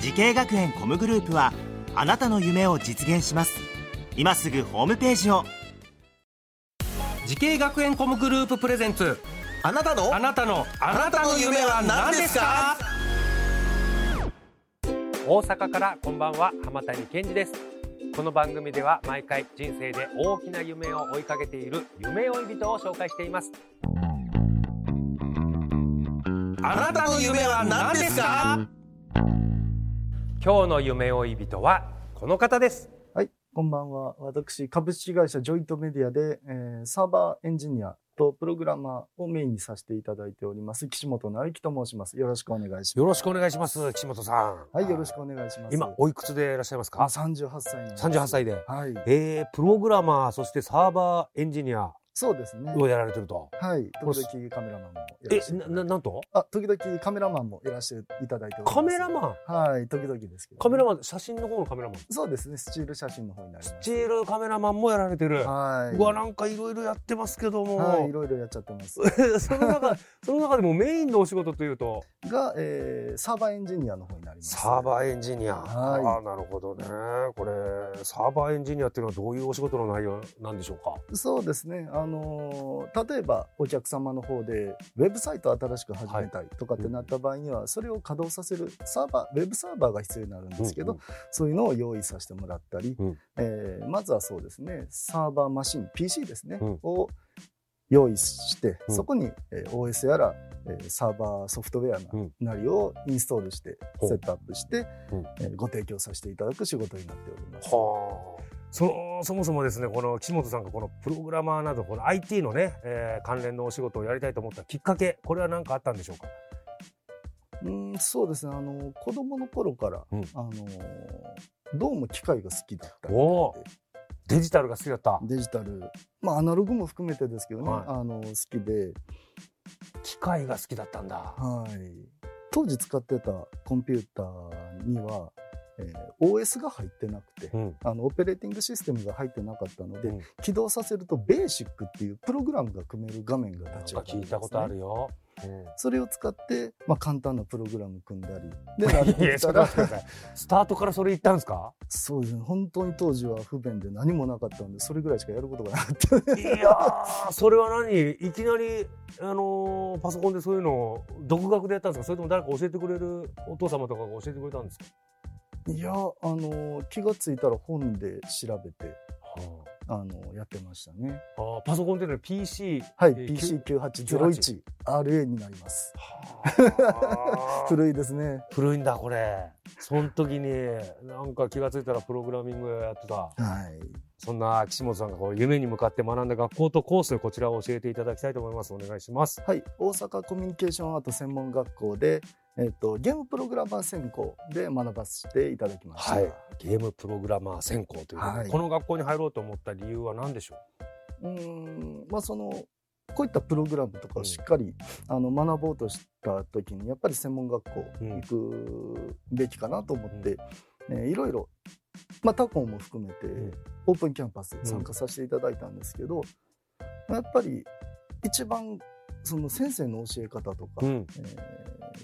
時系学園コムグループはあなたの夢を実現します今すぐホームページを時系学園コムグループプレゼンツあなたのあなたのあなたの夢は何ですか大阪からこんばんは浜谷健二ですこの番組では毎回人生で大きな夢を追いかけている夢追い人を紹介していますあなたの夢は何ですか今日の夢追い人はこの方ですはい、こんばんは。私、株式会社ジョイトメディアで、えーサーバーエンジニアとプログラマーをメインにさせていただいております、岸本直之と申します。よろしくお願いしまよろしくお願いします岸本さんす。はい、よろしくお願いします。今おいくつでいらっしゃいますあ、か38歳の。 38歳ではい。えー、プログラマーそしてサーバーエンジニアそうですね。をやられてるとはい、時々カメラマンもやえらせていただないななんとあ、時々カメラマンもやらせていただいております。カメラマンはい、時々ですけど、カメランマン写真の方のカメラマンそうですね、スチール写真の方になりますス。チールカメラマンもやられてる、はい。うわなんかいろいろやってますけども、はい、いろいろやっちゃってます。 その中その中でもメインのお仕事というとが、えーサーバーエンジニアの方になります。サーバーエンジニア、はいああなるほどねこれサーバーエンジニアっていうのはどういうお仕事の内容なんでしょうかそうですね、あのー例えばお客様の方でウェブサイトを新しく始めたいとかってなった場合には、それを稼働させるサーバーウェブサーバーが必要になるんですけど、うんうんそういうのを用意させてもらったり、うんえーまずはそうですねサーバーマシン PC ですね、うんを用意して、うんそこに、えー OS やら、えーサーバーソフトウェアな,、うんりをインストールしてほうセットアップして、うんえーご提供させていただく仕事になっております。はあ。そのそもそもですねこの岸本さんがこのプログラマーなどこの IT のね、えー関連のお仕事をやりたいと思ったきっかけこれは何かあったんでしょうかうん、そうですね。あの子供の頃から、うんあのどうも機械が好きだったみたいでおデジタルが好きだったデジタル、まあアナログも含めてですけどね、はいあの好きで、機械が好きだったんだはい。当時使ってたコンピューターには、えー OS が入ってなくて、うんあのオペレーティングシステムが入ってなかったので、うん起動させるとベーシックっていうプログラムが組める画面がなん立かち聞上がるんいですねたことあるよ、 うんそれを使って、まあ、簡単なプログラム組んだりで慣 れいてやきちょたっと待っらてくださいスタートからそれ言ったんですかそうですね本当に当時は不便で何もなかったんでそれぐらいしかやることがなか ったいやーそれは何いきなり、あのーパソコンでそういうのを独学でやったんですかそれとも誰か教えてくれるお父様とかが教えてくれたんですか、いやあの気がついたら本で調べてあのやってましたねあーパソコンっていうのは PC はい、えー PC9801RA になりますはあ古いですね 古いんだこれその時になんか気がついたらプログラミングやってたはいそんな岸本さんがこう夢に向かって学んだ学校とコースこちらを教えていただきたいと思いますお願いしますはい、大阪コミュニケーションアート専門学校で、えっとゲームプログラマー専攻で学ばせていただきました、はいゲームプログラマー専攻ということで、はいこの学校に入ろうと思った理由は何でしょうーんまあそのこういったプログラムとかをしっかり、あの学ぼうとした時にやっぱり専門学校うん行くべきかなと思って、えーいろいろ、まあ、他校も含めて、んオープンキャンパス参加させていただいたんですけど、やっぱり一番その先生の教え方とか、う、ん、えー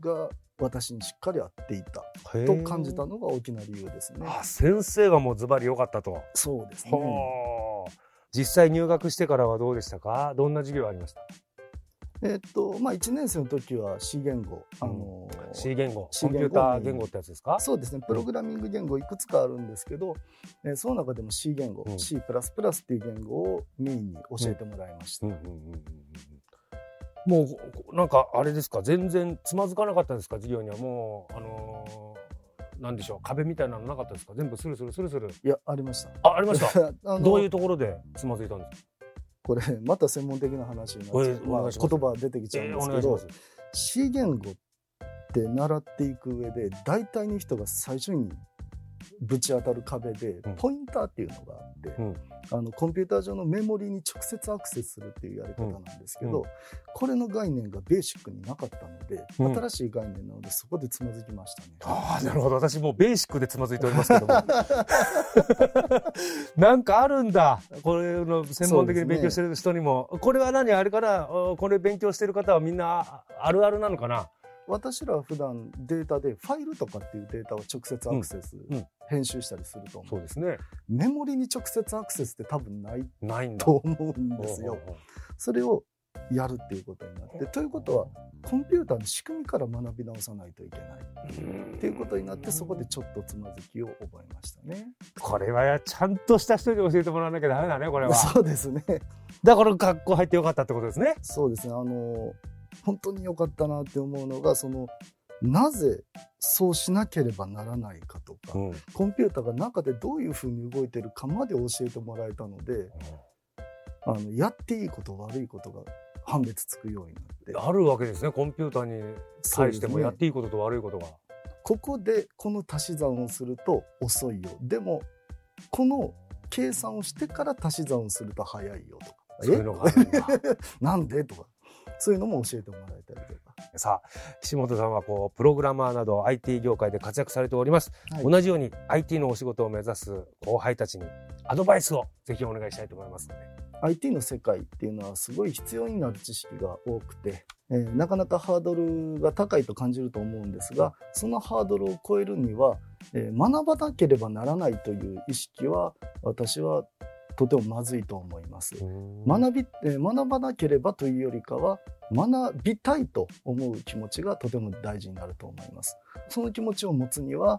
が私にしっかり合っていたと感じたのが大きな理由ですね。あ先生がもうズバリ良かったと、そうですねはあ実際入学してからはどうでしたかどんな授業ありましたえーっとまあ、1年生の時は C 言語、あのー C 言語 C コンピューター言語ってやつですかそうですねプログラミング言語いくつかあるんですけど、えーその中でも C 言語、うん C++ っていう言語をメインに教えてもらいました、うんうんうんうんうんもうこなんかあれですか全然つまずかなかったんですか授業にはもうあのーなんでしょう壁みたいなのなかったですか全部スルスルスルスルいやありましたあありま した あのどういうところでつまずいたん ですか、これまた専門的な話になっちゃう、えーお願いします言葉出てきちゃうんえーでおす願けいしまどす C 言語っって習っていく上で大体の人が最初にぶち当たる壁でうんポインターっていうのがあって、うんあのコンピューター上のメモリに直接アクセスするっていうやり方なんですけうど、んこれの概念がベーシックになかったので、うん新しい概念なのでそこでつまずきましたね。ああ、なるほど。私もうベーシックでつまずいておりますけど も。なんかあるんだ。これの専門的に勉強してる人にも。 これは何あれかなおこれ勉強してる方はみんなあるあるなのかな私らは普段データでファイルとかっていうデータを直接アクセス、うん編集したりすると思うそうですね。メモリに直接アクセスって多分ないないんだ。と思うんですよ。おうおうそれをやるっていうことになってということはコンピューターの仕組みから学び直さないといけないっていうことになってそこでちょっとつまずきを覚えましたね。これはちゃんとした人に教えてもらわなきゃダメだね、これは。 そうですね。だから学校入ってよかったってことですね。そうですね。あの本当に良かったなって思うのがそのなぜそうしなければならないかとか、ん。コンピューターが中でどういうふうに動いてるかまで教えてもらえたのであのやっていいこと悪いことが判別つくようになってあるわけですね、コンピューターに対してもやっていいことと悪いことが。ここでこの足し算をすると遅いよでもこの計算をしてから足し算をすると早いよとかそういうのがあるんだ。えなんでとかそういうのも教えてもらえたりとか、さあ岸本さんはこうプログラマーなど IT 業界で活躍されております、はい同じように IT のお仕事を目指す後輩たちにアドバイスをぜひお願いしたいと思いますので IT の世界っていうのはすごい必要になる知識が多くて、えーなかなかハードルが高いと感じると思うんですがそのハードルを超えるには、えー学ばなければならないという意識は私はとてもまずいと思います。学びえー学ばなければというよりかは学びたいと思う気持ちがとても大事になると思いますその気持ちを持つには、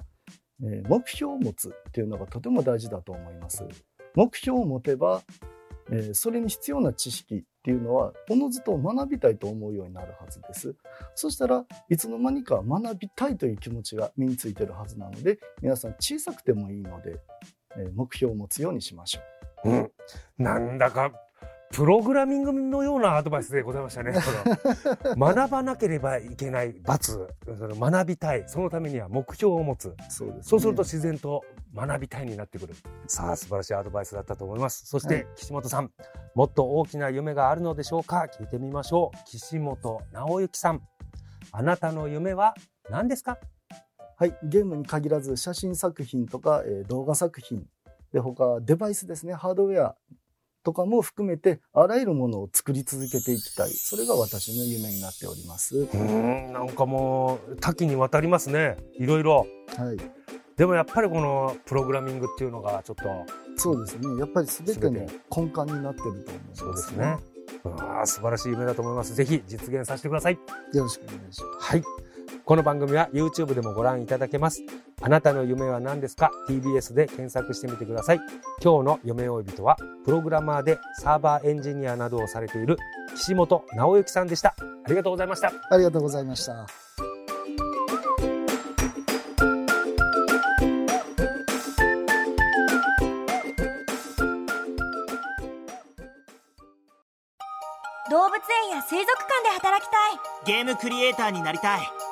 えー目標を持つっていうのがとても大事だと思います目標を持てば、えーそれに必要な知識っていうのはおのずと学びたいと思うようになるはずですそしたらいつの間にか学びたいという気持ちが身についてるはずなので皆さん小さくてもいいので、えー目標を持つようにしましょううんなんだかプログラミングのようなアドバイスでございました ねこの学ばなければいけない罰その学びたいそのためには目標を持つそうですね、そうすると自然と学びたいになってくる。さあ、素晴らしいアドバイスだったと思います。そして、はい岸本さん、もっと大きな夢があるのでしょうか聞いてみましょう。岸本直之さん、あなたの夢は何ですかはい、ゲームに限らず写真作品とか、えー動画作品で他デバイスですねハードウェアとかも含めてあらゆるものを作り続けていきたいそれが私の夢になっております、うーん、なんかもう多岐にわたりますね。いろいろ。はい、でもやっぱりこのプログラミングっていうのがちょっとそうですねやっぱり全ての全て根幹になってると思うんそうですね。ああ素晴らしい夢だと思います。ぜひ実現させてください。よろしくお願いしまはい。この番組は YouTube でもご覧いただけます。あなたの夢は何ですか ?TBS で検索してみてください。今日の夢追い人は、プログラマーでサーバーエンジニアなどをされている岸本直之さんでした。ありがとうございました。すありがとうございました動物園や水族館で働きたいゲームクリエイターになりたい